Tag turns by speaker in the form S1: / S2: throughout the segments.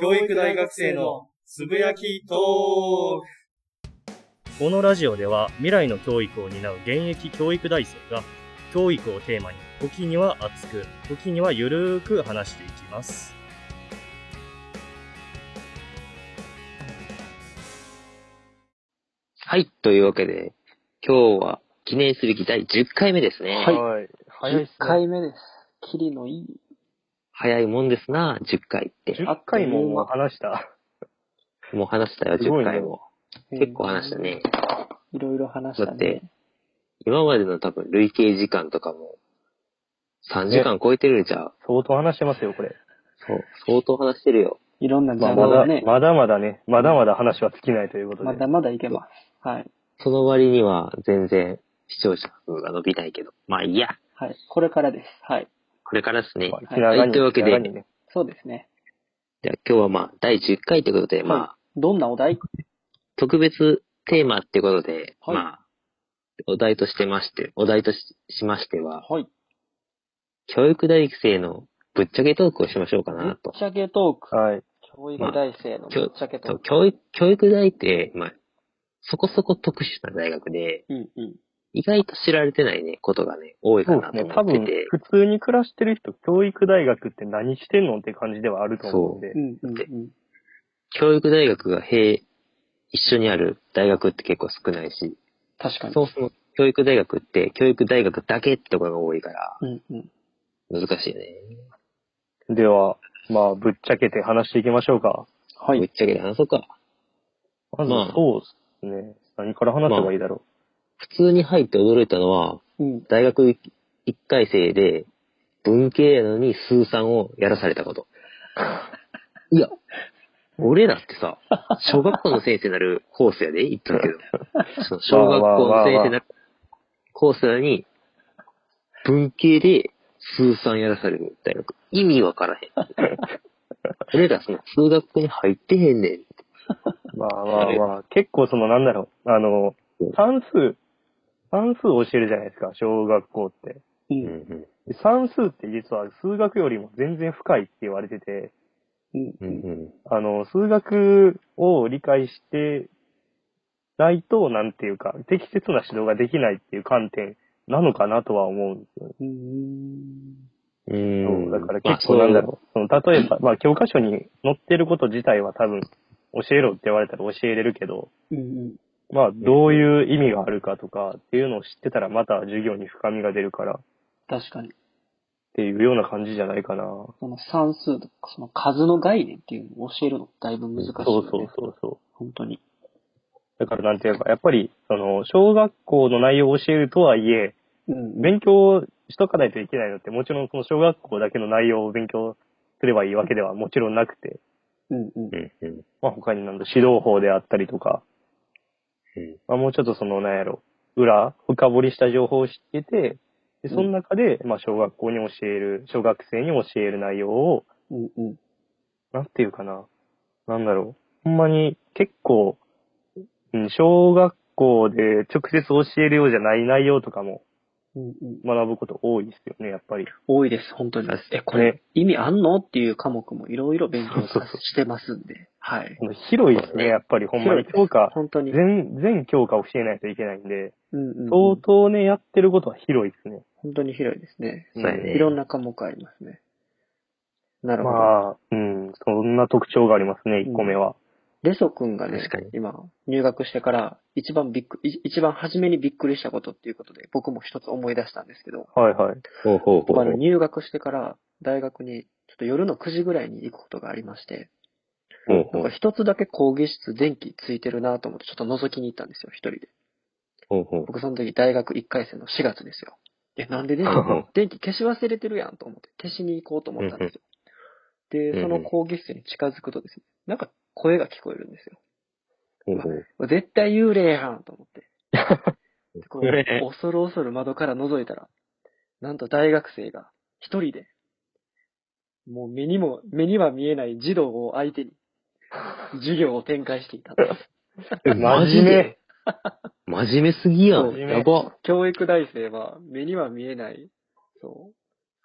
S1: 教育大学生のつぶやき
S2: こ
S1: ト
S2: のラジオでは未来の教育を担う現役教育大生が教育をテーマに時には熱く時にはゆるーく話していきます
S3: はい、というわけで、今日は記念すべき第10回目ですね。
S4: はい
S1: はい。
S4: 早いっすね
S1: 10。回目です。キリのいい。
S3: 早いもんですな、10回って。
S4: 10回も話した。
S3: もう話したよ、
S4: すご
S3: 10
S4: いね
S3: 回も。結構話したね。
S1: いろいろ話した
S3: だって
S1: ね。、
S3: 今までの多分累計時間とかも、3時間超えてるじゃん。
S4: 相当話してますよ、これ。
S3: そう、相当話してるよ。
S1: いろんなジ
S4: ま
S1: ャ
S4: あ、
S1: ンル
S4: ま
S1: が
S4: だ、
S1: ね、
S4: まだまだね、まだまだ話は尽きないということで。
S1: まだまだいけます。はい。
S3: その割には全然視聴者数が伸びないけど。まあいいや、
S1: はい。これからです。はい。
S3: これからですね。
S4: まあ気長
S3: はい
S4: に、
S3: というわけで
S4: 気長にね。
S1: そうですね。
S3: じゃあ今日はまあ第10回ということで、まあ、
S1: どんなお題
S3: 特別テーマってことで、
S1: はい
S3: まあ、お題としてまして、お題とししましては、
S1: はい。
S3: 教育大学生のぶっちゃけトークをしましょうか
S1: ぶっ
S3: なと。
S1: ちゃけトーク。
S4: はい。
S1: 教育大生のぶっちゃけト
S3: そ
S1: ー
S3: う
S1: ク。
S3: 教育、教育大って、まあ、そこそこ特殊な大学で、
S1: うんうん。
S3: 意外と知られてないね、ことがね、多いか
S4: そう
S3: な
S4: で
S3: と
S4: すね。多
S3: 思っ
S4: 分
S3: てて、、
S4: 普通に暮らしてる人、教育大学って何してんのって感じではあると思うんで
S1: う。んうんうん。
S3: 教育大学が平、一緒にある大学って結構少ないし、
S1: 確かに。
S3: そもそも教育大学って、教育大学だけってところが多いから、
S1: うんうん。
S3: 難しいね。
S4: では、まあ、ぶっちゃけて話していきましょうか。
S1: は
S3: ぶっ
S1: い。
S3: ちゃけで話そうか。
S4: まず
S3: まあ、
S4: そうですね。何から話せばいいだろ
S3: 普通に入って驚いたのは、
S1: うん。
S3: 大学1回生で、文系やのに数三をやらされたこと。いや、俺らってさ、小学校の先生になるコースやで、言ったけど。その小学校の先生になるコースなのに、文系で数三やらされる大学。意味わからへん。俺らその数学に入ってへんねん。
S4: う。まあまあまあ、結構その、なんだろう、あの、算数、算数を教えるじゃないですか、小学校って。
S1: う。
S3: うんん
S4: で算数って実は数学よりも全然深いって言われてて、
S1: うん
S3: うんうん
S4: あの、数学を理解してないと、なんていうか、適切な指導ができないっていう観点なのかなとは思うんですよね。
S1: うん。
S3: うん。
S4: そうだから
S3: まあ
S4: 結構なんだろう。その例えば、まあ教科書に載ってること自体は多分、教えろって言われたら教えれるけど、
S1: うんうん。
S4: まあどういう意味があるかとかっていうのを知ってたらまた授業に深みが出るからっ
S1: 確かに。
S4: ていうような感じじゃないかな。そ
S1: その算数とか、その数の概念っていうのを教えるのだいぶ難しい、ね。
S4: うそうそうそう。
S1: 本当に。
S4: だからなんていうか、やっぱり、その、小学校の内容を教えるとはいえ、
S1: うん。
S4: 勉強しとかないといけないのって、もちろんその小学校だけの内容を勉強すればいいわけではもちろんなくて、
S1: うんうん。
S3: うんうん
S4: まあ他になんだ、指導法であったりとか、
S3: うん
S4: まあもうちょっとその、なんやろ、裏、深掘りした情報を知ってて、でその中で、まあ小学校に教える、小学生に教える内容を、
S1: うんうん。
S4: なんていうかな。なんだろう。ほんまに結構、うん小学校で直接教えるようじゃない内容とかも
S1: うんうん。
S4: 学ぶこと多いですよね、やっぱり。
S1: 多いです、本当に
S3: 確。かに
S1: え、これ、意味あんのっていう科目もいろいろ勉強
S4: そう
S1: さ
S4: そうそう
S1: してますんで。はい。
S4: あの広いですね、やっぱりほんまに教科、
S1: 本当に。
S4: 全、全教科を教えないといけないんで、
S1: うんうんう
S4: 相
S1: ん。
S4: 当ね、やってることは広いですね。
S1: 本当に広いですね。
S3: そうやね
S1: いろんな科目ありますね。なるほど。
S4: まあ、うん、そんな特徴がありますね、
S1: うん
S4: 1個目は。
S1: レソ君がね
S3: 確かに、
S1: 今、入学してから、一番びっく、い一番初めにびっくりしたことっていうことで、僕も一つ思い出したんですけど、
S4: はいはい。
S3: ほうほうほう
S1: 僕
S3: ほ
S1: あ
S3: う
S1: の。入学してから、大学に、ちょっと夜の9時ぐらいに行くことがありまして、
S3: ほうほ
S1: なん
S3: う
S1: か一つだけ講義室電気ついてるなと思って、ちょっと覗きに行ったんですよ、一人で。
S3: ほうほう
S1: 僕その時大学1回生の4月ですよ。え、なんで電
S3: うんうん
S1: 気電気消し忘れてるやんと思って、消しに行こうと思ったんですよ。で、その講義室に近づくとですね、なんか声が聞こえるんですよ。
S3: ほうほう。
S1: 絶対幽霊やんと思っ て。でこ
S3: 幽霊
S1: う、恐る恐る窓から覗いたら、なんと大学生が一人で、もう目にも、目には見えない児童を相手に、授業を展開していたんです。
S3: えマジで真面目すぎやん。
S1: そう
S3: やば。
S1: 教育大生は目には見えない、そう、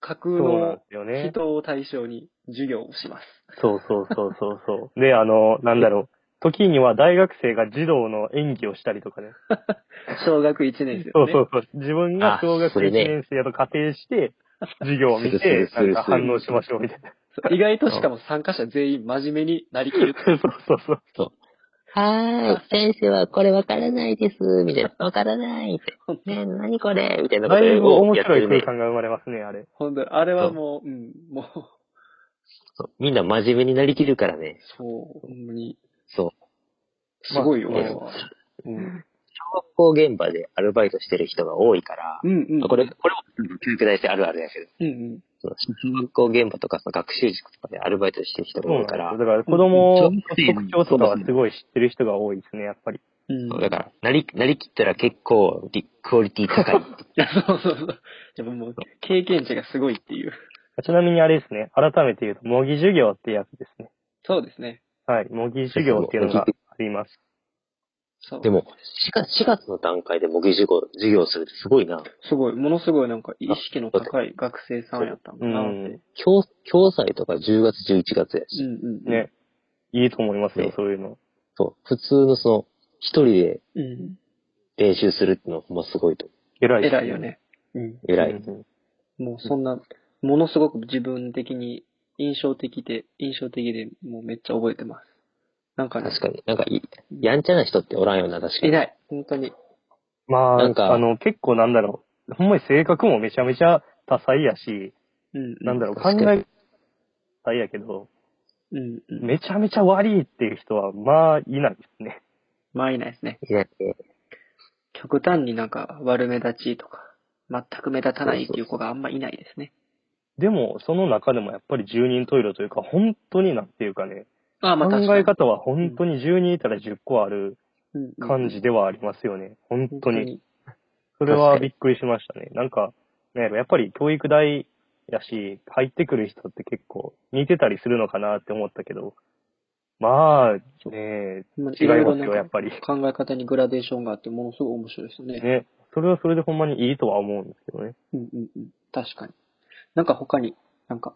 S1: 架空
S4: そうなん
S1: の
S4: ですよね。
S1: 人を対象に授業をします。
S4: そうそうそうそうそう。で、あの、なんだろう。時には大学生が児童の演技をしたりとかね。
S1: 小学1年生、ね。
S4: そうそうそう。自分が
S3: あ
S4: 小学
S3: そ
S4: 1
S3: れね
S4: 年生やと仮定して、授業を見
S3: する
S4: て、
S3: するす
S4: な
S3: る
S4: んか反応しましょうみたいな。
S1: そう意外としかも参加者全員真面目になりきる。
S4: そうそうそう。
S3: はーい、先生はこれわからないです、みたいな。わからないって。 ねえ、何これみたいなこ
S4: だいぶ
S3: と
S4: 面
S3: をやって
S4: 白い
S3: るね
S4: 空。間が生まれますね、あれ。
S1: ほんと、あれはもう、うん、もう、
S3: そうみんな真面目になりきるからね。
S1: そう、ほんまに、
S3: そう。
S1: すごいよ、
S3: まあ
S1: あれは。
S4: うん。
S3: 小学校現場でアルバイトしてる人が多いから、
S1: うんうん。
S3: これ、これも教育大生あるあるやけど、
S1: うんうん。
S3: その小学校現場とかその学習塾とかでアルバイトしてる人
S4: そ
S3: が
S4: うなん
S3: 多い
S4: です
S3: か
S4: よ
S3: ら、
S4: だから子供の
S3: うん
S4: 特徴とかはすごい知ってる人が多いですね、やっぱり。
S1: うん。
S3: そうだから、なり、なりきったら結構リ、クオリティ高い。
S1: いや、そうそうそう。やっぱもう、経験値がすごいっていう。
S4: ちなみにあれですね、改めて言うと、模擬授業ってやつですね。
S1: そうですね。
S4: はい、模擬授業っていうのがあります。
S1: そう。
S3: でも、4月、4月の段階で模擬授業、授業するってすごいな。
S1: すごい、ものすごいなんか意識の高い学生さんやったんかなって。
S4: うん
S1: うん
S3: 教、教材とか10月、11月やし、
S1: うん。
S4: ね。いいと思いますよ
S3: ね、
S4: そういうの。
S3: そう、普通のその、一人で
S1: うん。
S3: 練習するってのはほんますごいと。
S4: 偉いです
S1: 偉いよ。ね。うん。
S3: 偉い。
S4: うん
S1: もうそんな、ものすごく自分的に印象的で、印象的で、もうめっちゃ覚えてます。なんかね、
S3: 確かに。なんかい、やんちゃな人っておらんよな、確かに。
S1: いない。本当に。
S4: まあ、
S3: なんか
S4: あの、結構なんだろう。ほんまに性格もめちゃめちゃ多彩やし、
S1: うん。
S4: なんだろう、考
S3: 確かに
S4: え、多彩やけど、
S1: うん。うん。
S4: めちゃめちゃ悪いっていう人は、まあ、いないですね。
S1: まあいないですね。
S3: いないね。
S1: 極端になんか悪目立ちとか、全く目立たないっていう子があんまいないですね。
S4: でも、その中でもやっぱり十人トイレというか、本当になんていうかね、
S1: ああ、まあ確
S4: 考
S1: か
S4: え
S1: に。
S4: 方は本当に10人いたら10個ある
S1: うんうん
S4: 感じではありますよね。本当に。。それ
S3: 確
S4: は
S3: かに
S4: びっくりしましたね。なんか、なんやろやっぱり教育大やし、入ってくる人って結構似てたりするのかなって思ったけど、まあ、ねえ、
S1: まあ
S4: 違い
S1: ろろ
S4: ます
S1: なん
S4: よ、
S1: か
S4: やっぱり。
S1: 考え方にグラデーションがあって、ものすごい面白いですよね。
S4: ね。それはそれでほんまにいいとは思うんですけどね。
S1: うんうんうん。確かに。なんか他に、なんか、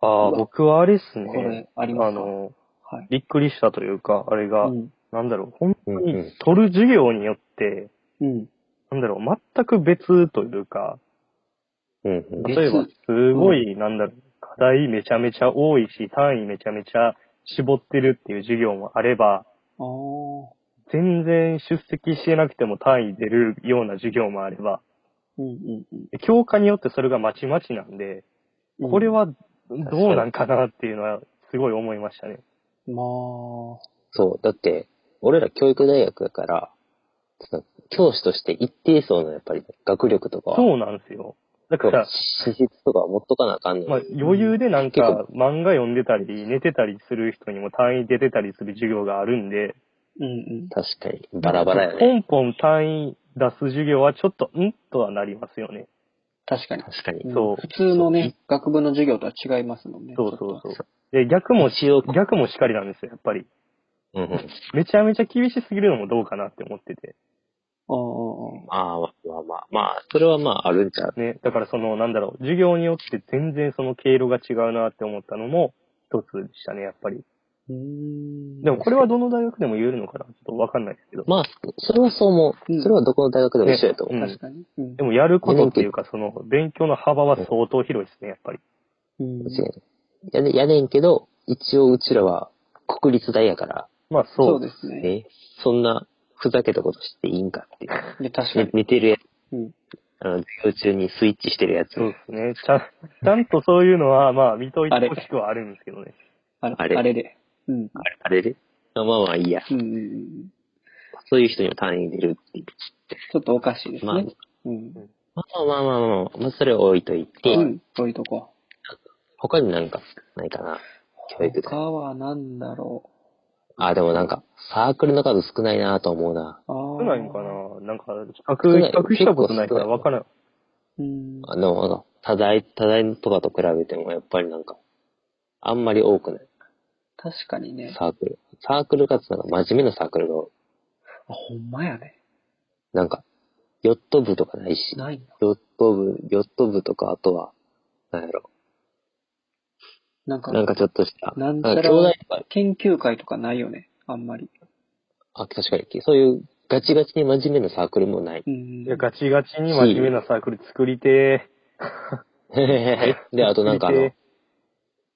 S4: ああ、
S1: うわ
S4: 僕はあれっすね。
S1: これあ
S4: あ
S1: りますか
S4: の、
S1: はい。
S4: びっくりしたというか、あれが、
S1: うん。
S4: なんだろう、本当
S3: うん
S4: に
S3: う
S4: 取る授業によって、
S1: うん。
S4: なんだろう、全く別というか、
S3: ん。うん、うん。
S1: 別
S4: 例えば、すごい、なんだろう、課題めちゃめちゃ多いし、単位めちゃめちゃ絞ってるっていう授業もあれば、
S1: ああ。
S4: 全然出席してなくても単位出るような授業もあれば、
S1: うんうんうん。
S4: 教科によってそれがまちまちなんで、
S1: うん
S4: これ、はどうなんかなっていうのは、すごい思いましたね。
S1: ま
S3: そう、だって、俺ら教育大学やから、その教師として一定層のやっぱり学力とかは、
S4: そうなんですよ。だから、
S3: 資質とかは持っとかなあかんねん。
S4: まあ、余裕でなんか、漫画読んでたり、寝てたりする人にも単位出てたりする授業があるんで、
S1: あ、うんうん。
S3: 確かに、バラバラやね。
S4: ポンポン単位出す授業はちょっと、んとはなりますよね。
S1: 確かに。
S3: 確かに。
S1: ん
S4: そう
S1: 普通のね、学部の授業とは違いますもんね。
S4: そうそう
S1: ちょ
S4: そう。で、逆も、
S3: 一応
S4: 逆もしかりなんですよ、やっぱり。
S3: うんうん。
S4: めちゃめちゃ厳しすぎるのもどうかなって思ってて。
S1: っと。
S3: まあ、まあまあ、まあ、それはまあ、あるんちゃう。
S4: ね。だからその、なんだろう、授業によって全然その経路が違うなって思ったのも一つでしたね、やっぱり。
S1: ああ、ああ。うーん。
S4: でもこれはどの大学でも言えるのかなちょっとわかんないですけど。
S3: まあ、それはそう思
S1: う
S3: う。
S1: ん
S3: それはどこの大学でも一緒やと思う。
S4: うん
S1: 確かに。うん
S4: でもやることっていうか、その、勉強の幅は相当広いですね、やっぱり。
S1: うん。
S3: 間違いないやねやねんけど、一応うちらは国立大やから、
S4: まあそ
S1: そうう。ですね。
S3: ね、そんなふざけたことしていいんかっていう。
S1: で、確か
S3: ね
S1: に。
S3: 寝てるやつ、
S1: うん。
S3: あの、授業中にスイッチしてるやつ。
S4: そうですね。ちゃん、ちゃんとそういうのは、まあ、見といてほしくはあるんですけどね。
S1: あれ、
S3: あれ
S1: あれで。うん。
S3: あれあれでまあまあいいや。
S1: うんうんうん。
S3: そういう人にも単位出るっていう。
S1: ちょっとおかしいです
S3: まあ
S1: ね。うん。
S3: まあまあまあまあまあ、まあ、それは置いといて、
S1: うん。そういうとこ。
S3: 他になんかないかな。教育で。
S1: 他は何だろ
S3: あ、でもなんか、サークルの数少ないなと思うな。
S1: う。ああ。
S4: 少ないんかななんか、比
S3: 少
S4: 較、
S3: ない
S4: 比較したことないから
S3: 結構少ない
S4: わからん。
S1: うん。
S3: あの、なんか、多大、多大とかと比べても、やっぱりなんか、あんまり多くない。
S1: 確かにね。
S3: サークル。サークルかつ、なんか真面目なサークルが多い、
S1: あ、ほんまやね。
S3: なんか、ヨット部とかないし、
S1: ないな。
S3: ヨット部、ヨット部とか、あとは、なんやろ。
S1: なんか、
S3: なんかちょっとした。
S1: なんちゃ
S3: から兄弟とか、
S1: 研究会とかないよね、あんまり。
S3: あ、確かに、そういうガチガチに真面目なサークルもない。
S1: うん
S4: いや、ガチガチに真面目なサークル作りて
S3: で、あとなんかあの、
S4: 聞い
S3: 例
S4: て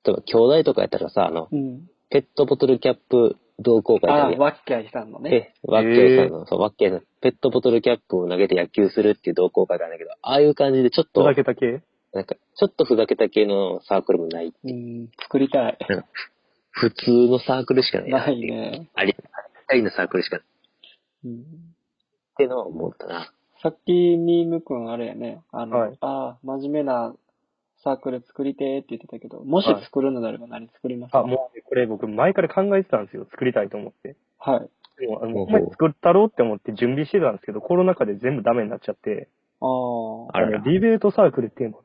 S3: えば兄弟とかやったらさ、あの、
S1: うん。
S3: ペットボトルキャップ同好会
S1: あ
S3: や
S1: あ、
S3: るやん
S1: ワッキャイさんのね。
S3: え、ワッケイさんの、そう、ワッケイさん、ペットボトルキャップを投げて野球するっていう同好会なんだけど、ああいう感じでちょっ
S4: ー、
S3: と、
S4: ふ
S3: なん
S4: ざけ
S3: か、
S4: た系
S3: ちょっとふざけた系のサークルもない。
S1: うん、作りたい。
S3: 普通のサークルしかない。
S1: ない。ね。
S3: あり、ありのサークルしかない。っ
S1: うん、
S3: ていうのは思った な。
S1: さっき、ミームくんあれやね、あの、
S4: はい
S1: ああ、真面目なサークル作りてーって言ってたけど、もし
S4: はい
S1: 作るのであれば何作りますか
S4: あ、もう、これ僕前から考えてたんですよ。作りたいと思って。
S1: はい。
S4: でも、あ
S3: ほう
S4: の、
S3: ほう
S4: 前作ったろうって思って準備してたんですけど、コロナ禍で全部ダメになっちゃって、
S1: あ
S3: あら
S4: のディベートサークルっていうの。
S1: あ。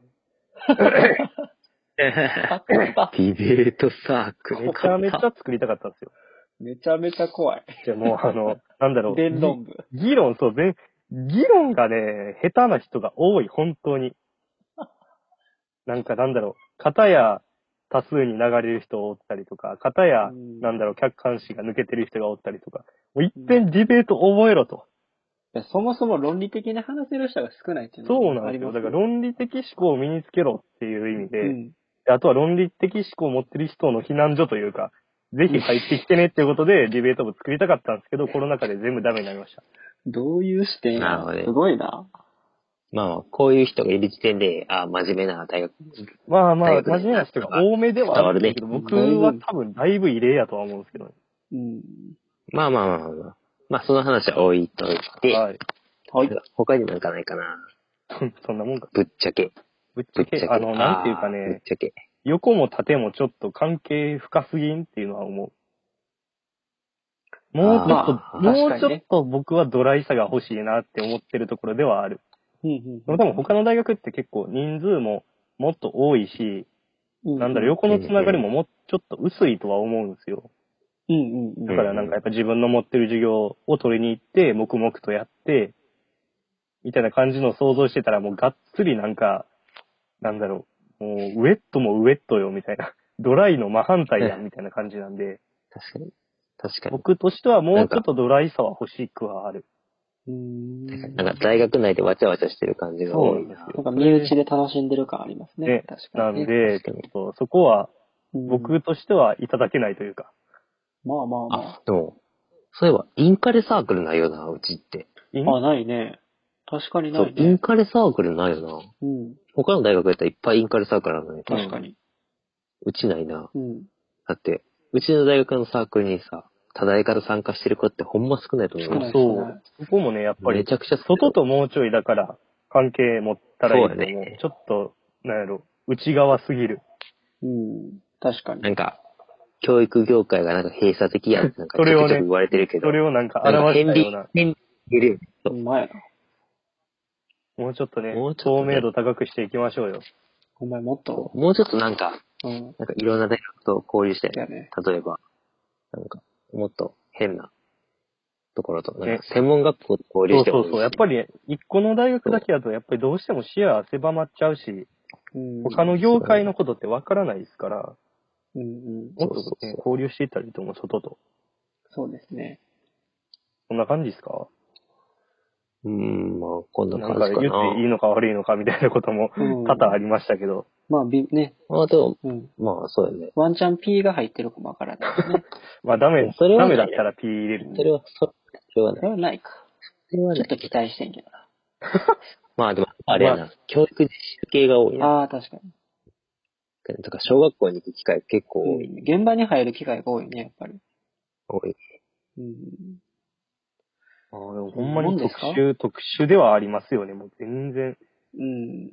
S1: あった
S3: ディベートサークル
S4: めちゃめちゃ作りたかったん ですよ。
S1: めちゃめちゃ怖い。
S4: じゃあもう、あの、なんだろう。
S1: 弁論部。
S4: 議議論、そう、全、議論がね、下手な人が多い、本当に。なんか、なんだろう。片や多数に流れる人おったりとか、片や、
S1: うん
S4: なんだろう、客観視が抜けてる人がおったりとか。もう一遍ディベート覚えろと。
S1: いやそもそも論理的な話せる人が少ないっていうの
S4: そう
S1: も
S4: なん
S1: あり
S4: ですよ。
S1: ま
S4: だから論理的思考を身につけろっていう意味で、
S1: うん。
S4: であとは論理的思考を持ってる人の避難所というか、ぜひ入ってきてねっていうことでディベート部作りたかったんですけど、コロナ禍で全部ダメになりました。
S1: どういう視点
S3: なるほどね
S1: すごいな。
S3: まあまあ、こういう人がいる時点で、ああ、真面目な大学。
S4: まあま
S3: だ
S4: あ、
S3: いぶ
S4: 真面目な人が多めではあるんですけど、
S1: 伝わるね
S4: 僕は多分だいぶ異例やとは思うんですけどね。
S1: うん。
S3: まあまあまあまあまあ。まあ、その話は置いといて、
S4: はい。
S1: はい。
S3: 他になんかないかな。
S4: そんなもんか。
S3: ぶっちゃけ。
S4: ぶっち
S3: ぶ
S4: ゃ
S3: っち
S4: け
S3: ゃけ。、
S4: あの、なんていうか
S3: あーぶっ
S4: ね、
S3: ちゃけ。
S4: 横も縦もちょっと関係深すぎんっていうのは思う。もうちょっと、
S3: あー
S4: もう
S1: 確
S4: ち
S1: か
S4: ょ
S1: に
S4: っ
S1: ね
S4: と僕はドライさが欲しいなって思ってるところではある。
S1: うん
S4: でも多分他の大学って結構人数ももっと多いし、
S1: うん。
S4: なんだろう、横のつながりももうちょっと薄いとは思うんですよ。
S1: うんうんうん
S4: だからなんかやっぱ自分の持ってる授業を取りに行って、黙々とやって、みたいな感じの想像してたらもうがっつりなんか、なんだろう、もうウェットもウェットよみたいな、 ドライの真反対やんみたいな感じなんで、
S3: 確かに。確かに。
S4: 僕としてはもうちょっとドライさは欲しくはある。
S1: うん。
S3: なんか大学内でわちゃわちゃしてる感じが多いな。
S1: なんか身内で楽しんでる感ありますね。
S4: ね
S1: 確
S4: な
S1: かに、
S4: ん
S1: ね。
S4: で、ち
S3: 確かに
S4: ょっとそこは
S1: うん
S4: 僕としてはいただけないというか、
S1: まあまあま
S3: あ、でも、そういえば、インカレサークルないよな、うちって。
S4: イン
S1: あ。あ、ないね。確かにな
S3: そう
S1: い、
S3: イン
S1: ね。
S3: カレサークルないよな。
S1: うん。
S3: 他の大学やったらいっぱいインカレサークルあるのに。
S1: 確かに。
S3: うちないな。
S1: うん。
S3: だって、うちの大学のサークルにさ、多大から参加してる子ってほんま少ないと思
S1: 少な
S3: う
S1: い。
S4: そう。そこもね、やっぱり
S3: めちゃくちゃ少ない
S4: 外ともうちょいだから関係持ったらいいけども、
S3: そうだね
S4: ちょっと、なんやろ、内側すぎる。
S1: うん。確かに。
S3: なんか、教育業界がなんか閉鎖 的やん。なんか、
S4: それをね
S3: ちょくちょく言われてるけど。
S4: それをなんか
S3: なんか
S4: 表し
S3: 変
S4: たよう
S3: 微
S4: な、、
S3: 変微るよね。そう
S1: うまいな。
S4: もうちょっとね
S3: もうちょっ
S4: 透
S3: とね
S4: 明度高くしていきましょうよ。
S1: お前もっと。
S3: もうちょっとなんか、
S1: うん。
S3: なんかいろんな大学と交流して、
S1: だよね。
S3: 例えば、なんか、もっと変なところと、なん
S4: ね
S3: か専門学校と
S4: そ
S3: 交流
S4: う
S3: して
S4: そ
S3: も
S4: うそう。やっぱり、一個の大学だけだと、やっぱりどうしても視野汗ばまっちゃうし、
S1: うん。
S4: 他の業界のことってわからないですから、
S1: うんうん。
S4: もっ
S3: そうそう
S4: と、
S3: そう
S4: ね、交流していったらいいと思う、外と。
S1: そうですね。
S4: こんな感じですか
S3: うーん、まあ、こんな
S4: な
S3: 感
S4: ん
S3: じ
S4: か
S3: か
S4: 言
S3: な。
S4: っていいのか悪いのかみたいなことも
S1: うん
S4: 多々ありましたけど、
S1: まあ、びね。
S3: まあ、でも、
S1: うん。
S3: まあ、そうだよね。
S1: ワンチャン P が入ってるかもわからない ね。
S4: まあダメ、
S3: それは
S4: ダ
S3: ね
S4: メだったら P 入れる。
S3: それは、そそれは
S1: そ
S3: ない。
S1: れはないか。
S3: それは
S1: ちょっ
S3: な
S1: と
S3: い。
S1: 期待してんけどな。
S3: まあ、でも、あれやな、教育実習系が多いな。
S1: ああ、確かに。
S3: とか、小学校に行く機会結構多い。
S1: うん現場に入る機会が多いね、やっぱり。
S3: 多い。
S1: うん。
S4: あーでもほんまに
S1: そういうもん
S4: 特
S1: ですか
S4: 殊、特殊ではありますよね、もう全然。
S1: うん。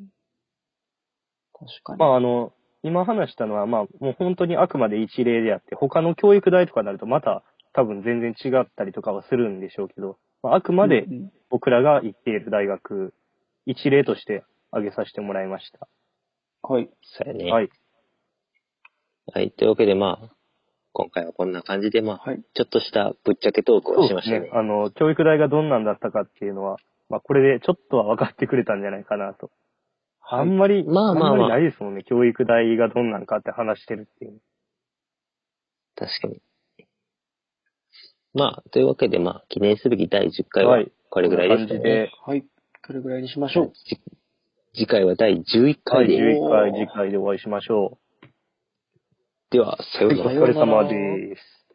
S1: 確かに。
S4: まああの、今話したのは、まあもう本当にあくまで一例であって、他の教育大とかになるとまた多分全然違ったりとかはするんでしょうけど、まあ、あくまで
S1: うんうん
S4: 僕らが行っている大学、一例として挙げさせてもらいました。
S1: はい。
S3: そうやね。。
S4: はいい。
S3: はい。というわけで、まあ、今回はこんな感じで、まあ、
S1: はい。
S3: ちょっとしたぶっちゃけトーク
S4: そ
S3: を
S4: う
S3: し
S4: で
S3: まし
S4: すね
S3: たね。。
S4: あの、教育大がどんなんだったかっていうのは、まあこれでちょっとは分かってくれたんじゃないかなと。あんまり、
S3: まあまあまあ
S4: んまりないですもんね。教育代がどんなんかって話してるっていう。
S3: 確かに。まあ、というわけで、まあ、記念すべき第10回は
S4: はい
S3: これぐらいですか
S4: こんな感じ
S3: ね。
S4: で、
S1: はい。これぐらいにしましょう。
S3: じ次回は第11
S4: はい、
S3: 回で、
S4: 11回、次回でお会いしましょう。
S3: では、さような
S4: お
S1: は
S3: ら
S1: い。
S4: 疲れ様です。